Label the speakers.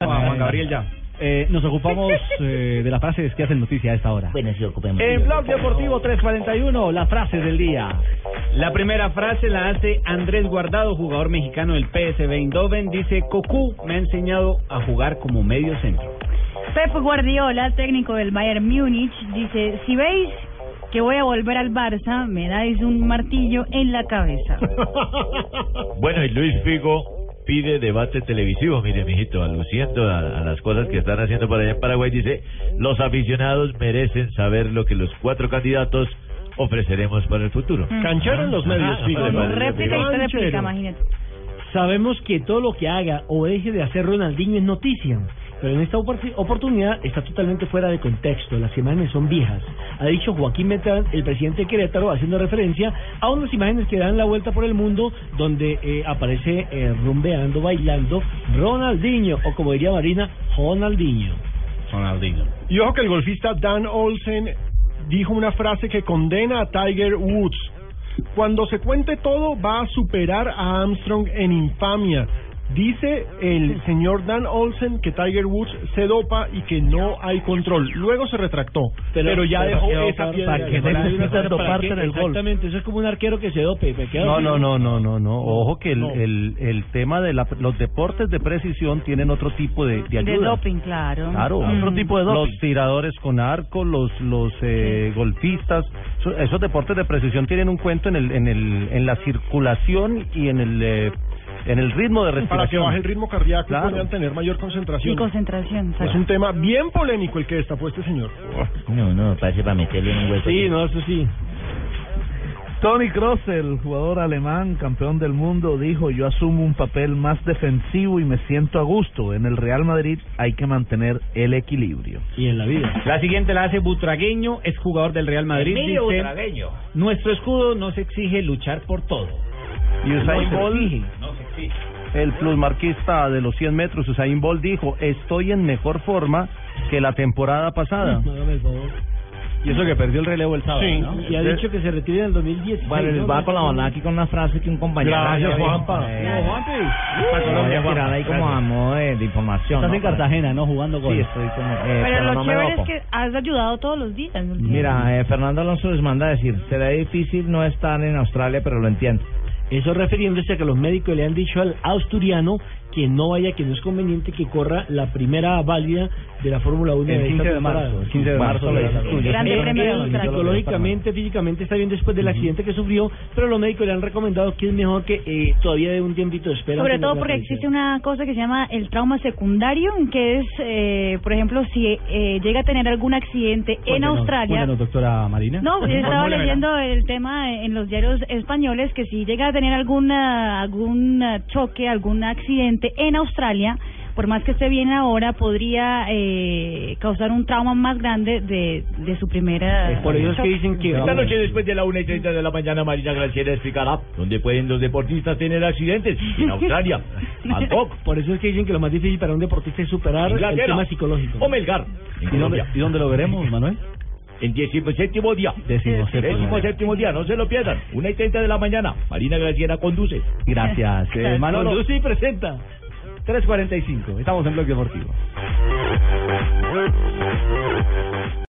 Speaker 1: Ah, Juan Gabriel ya. Eh, nos ocupamos eh, de las frases que hacen noticia a esta hora.
Speaker 2: Bueno, sí, ocupemos.
Speaker 1: En Blog Deportivo 341, las frases del día.
Speaker 3: La primera frase la hace Andrés Guardado, jugador mexicano del PSV Eindhoven. Dice, Cocu me ha enseñado a jugar como medio centro.
Speaker 4: Pep Guardiola, técnico del Bayern Múnich, dice, si veis que voy a volver al Barça, me dais un martillo en la cabeza.
Speaker 5: Bueno, y Luis Figo pide debate televisivo. Mire, mijito, aluciendo a, a las cosas que están haciendo para allá en Paraguay, dice: Los aficionados merecen saber lo que los cuatro candidatos ofreceremos para el futuro.
Speaker 1: Cancharon los medios,
Speaker 5: Figo.
Speaker 4: Con
Speaker 5: Vale,
Speaker 4: réplica y
Speaker 1: Figo.
Speaker 4: réplica, imagínate.
Speaker 6: Sabemos que todo lo que haga o deje de hacer Ronaldinho es noticia, pero en esta opor- oportunidad está totalmente fuera de contexto. Las imágenes son viejas. Ha dicho Joaquín Metrán, el presidente de Querétaro, haciendo referencia a unas imágenes que dan la vuelta por el mundo donde eh, aparece eh, rumbeando, bailando Ronaldinho, o como diría Marina, Ronaldinho.
Speaker 7: Y ojo que el golfista Dan Olsen dijo una frase que condena a Tiger Woods. Cuando se cuente todo, va a superar a Armstrong en infamia. Dice el señor Dan Olsen que Tiger Woods se dopa y que no hay control. Luego se retractó, pero, ya dejó esa piedra.
Speaker 6: para que
Speaker 7: de
Speaker 6: no
Speaker 7: la-
Speaker 6: le gusta
Speaker 7: para
Speaker 6: doparte
Speaker 7: que-
Speaker 6: en el golf. Exactamente, eso es como un arquero que se dope. me queda
Speaker 8: No,
Speaker 6: así.
Speaker 8: no, no, no, no, no. Ojo que el,
Speaker 7: No.
Speaker 8: el, el tema de la- los deportes de precisión tienen otro tipo de, de
Speaker 4: De
Speaker 8: ayuda.
Speaker 4: doping, claro.
Speaker 8: Claro,
Speaker 4: Mm.
Speaker 8: Los tiradores con arco, los los eh, golfistas, so- esos deportes de precisión tienen un cuento en el en el en la circulación y en el eh, en el ritmo de respiración.
Speaker 7: Para que baje el ritmo cardíaco
Speaker 8: Claro.
Speaker 7: y puedan tener mayor concentración.
Speaker 4: Y concentración.
Speaker 7: Es
Speaker 4: exacto.
Speaker 7: un tema bien polémico el que destapó este señor.
Speaker 2: No, no, parece para meterle en un hueco.
Speaker 6: Sí, no, eso sí.
Speaker 9: Tony Kroos, el jugador alemán, campeón del mundo, dijo, yo asumo un papel más defensivo y me siento a gusto. En el Real Madrid hay que mantener el equilibrio.
Speaker 6: Y en la vida.
Speaker 3: La siguiente la hace Butragueño, es jugador del Real Madrid. dice, Nuestro escudo nos exige luchar por todo.
Speaker 8: Y Usain
Speaker 3: No,
Speaker 8: Bolt,
Speaker 3: No se exige.
Speaker 8: el plusmarquista de los 100 metros, Usain Bolt dijo, "Estoy en mejor forma que la temporada pasada."
Speaker 6: Hágame el favor.
Speaker 1: Y eso que perdió el relevo el sábado,
Speaker 7: Sí.
Speaker 1: ¿no?
Speaker 6: Y ha dicho que se retire en el 2010.
Speaker 2: Bueno, les va con la bondad aquí con una frase que un compañero.
Speaker 7: Gracias, Juanpa.
Speaker 2: Eh,
Speaker 1: Para
Speaker 2: lo voy
Speaker 1: Colombia,
Speaker 2: a
Speaker 1: Juan.
Speaker 2: tirar ahí como a modo de, de información.
Speaker 1: Estás
Speaker 2: ¿no?
Speaker 1: en Cartagena, ¿no? Jugando
Speaker 2: Sí,
Speaker 1: gol.
Speaker 2: estoy como. eh,
Speaker 4: Pero lo
Speaker 2: no me
Speaker 4: chévere es
Speaker 2: dopo.
Speaker 4: que has ayudado todos los días. ¿no?
Speaker 2: Mira, eh, Fernando Alonso les manda a decir: será difícil no estar en Australia, pero lo entiendo.
Speaker 6: Eso refiriéndose a que los médicos le han dicho al asturiano que no vaya, que no es conveniente que corra la primera válida de la Fórmula 1
Speaker 1: El
Speaker 6: de esta
Speaker 1: 15 de
Speaker 6: temporada.
Speaker 1: marzo, el 15 de marzo lo dices tú, yo
Speaker 4: Grande
Speaker 1: sé.
Speaker 6: Él,
Speaker 4: premio de
Speaker 6: él
Speaker 4: Australia.
Speaker 6: psicológicamente, físicamente está bien después del accidente que sufrió, pero los médicos le han recomendado que es mejor que eh, todavía dé un tiempito de espera.
Speaker 4: Sobre
Speaker 6: antes de
Speaker 4: todo
Speaker 6: la
Speaker 4: porque
Speaker 6: aparición.
Speaker 4: existe una cosa que se llama el trauma secundario, que es, eh, por ejemplo, si eh, llega a tener algún accidente en
Speaker 1: Cuéntenos,
Speaker 4: Australia,
Speaker 1: cuéntenos, doctora Marina.
Speaker 4: No, yo estaba
Speaker 7: Formúlemela.
Speaker 4: leyendo el tema en los diarios españoles que si llega a tener alguna, algún eh, choque, algún accidente en Australia, por más que esté bien ahora, podría eh, causar un trauma más grande de, de su primera.
Speaker 6: Por ello es que dicen que...
Speaker 5: Esta noche después de la 1 y 30 de la mañana, Marina Graciela explicará dónde pueden los deportistas tener accidentes. En Australia, Bangkok,
Speaker 6: Por eso es que dicen que lo más difícil para un deportista es superar el
Speaker 5: Inglaterra
Speaker 6: tema psicológico.
Speaker 5: o Melgar. En
Speaker 1: ¿Y dónde,
Speaker 5: Colombia.
Speaker 1: ¿Y dónde lo veremos, Manuel?
Speaker 5: En 17 día.
Speaker 1: Decimoséptimo.
Speaker 5: Décimo séptimo día, no se lo pierdan. 1 y 30 de la mañana, Marina Graciela conduce.
Speaker 1: Gracias. Eh, Manolo.
Speaker 6: Cuando sí presenta.
Speaker 1: 3.45. Estamos en Blog Deportivo.